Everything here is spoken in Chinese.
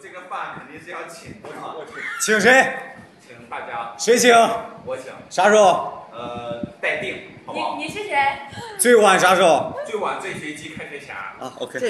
天饭肯定是要请的嘛，请谁？请大家，谁请？我请，啥时候？呃，待定，好不好？你你是谁？最晚啥时候？最晚这学期开学前，啊，OK。